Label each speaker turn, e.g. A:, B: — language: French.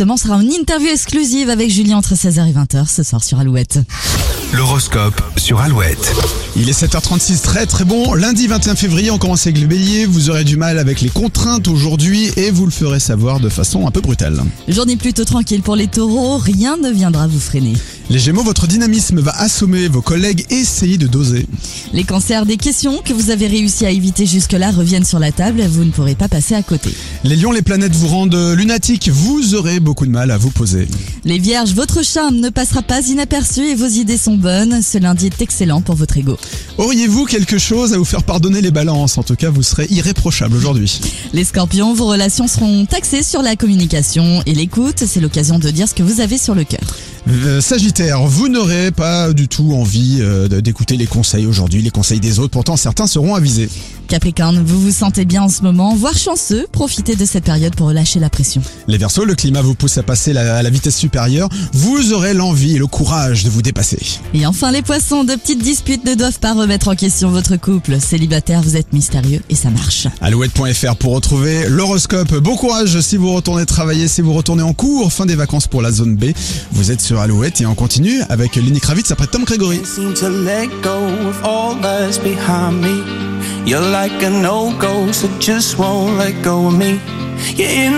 A: Demain sera en interview exclusive avec Julien entre 16h et 20h ce soir sur Alouette.
B: L'horoscope sur Alouette.
C: Il est 7h36, très très bon. Lundi 21 février, on commence avec les béliers. Vous aurez du mal avec les contraintes aujourd'hui et vous le ferez savoir de façon un peu brutale.
A: Journée plutôt tranquille pour les taureaux, rien ne viendra vous freiner.
C: Les gémeaux, votre dynamisme va assommer vos collègues. Essayez de doser.
A: Les cancers, des questions que vous avez réussi à éviter jusque-là reviennent sur la table, vous ne pourrez pas passer à côté.
C: Les lions, les planètes vous rendent lunatiques. Vous aurez beaucoup de mal à vous poser.
A: Les vierges, votre charme ne passera pas inaperçu et vos idées sont bonnes, ce lundi est excellent pour votre ego.
C: Auriez-vous quelque chose à vous faire pardonner les balances En tout cas, vous serez irréprochable aujourd'hui.
A: Les scorpions, vos relations seront taxées sur la communication et l'écoute, c'est l'occasion de dire ce que vous avez sur le cœur.
C: Euh, Sagittaire, vous n'aurez pas du tout envie euh, de- d'écouter les conseils aujourd'hui, les conseils des autres. Pourtant, certains seront avisés.
A: Capricorne, vous vous sentez bien en ce moment, voire chanceux, profitez de cette période pour relâcher la pression.
C: Les Verseaux, le climat vous pousse à passer la- à la vitesse supérieure. Vous aurez l'envie et le courage de vous dépasser.
A: Et enfin les poissons, de petites disputes ne doivent pas remettre en question votre couple. Célibataire, vous êtes mystérieux et ça marche.
C: Alouette.fr pour retrouver l'horoscope. Bon courage si vous retournez travailler, si vous retournez en cours, fin des vacances pour la zone B. Vous êtes sur Alouette et on continue avec Lenny Kravitz après Tom Gregory.
D: can't seem to let go of all that's behind me. You're like an old ghost that just won't let go of me. You're in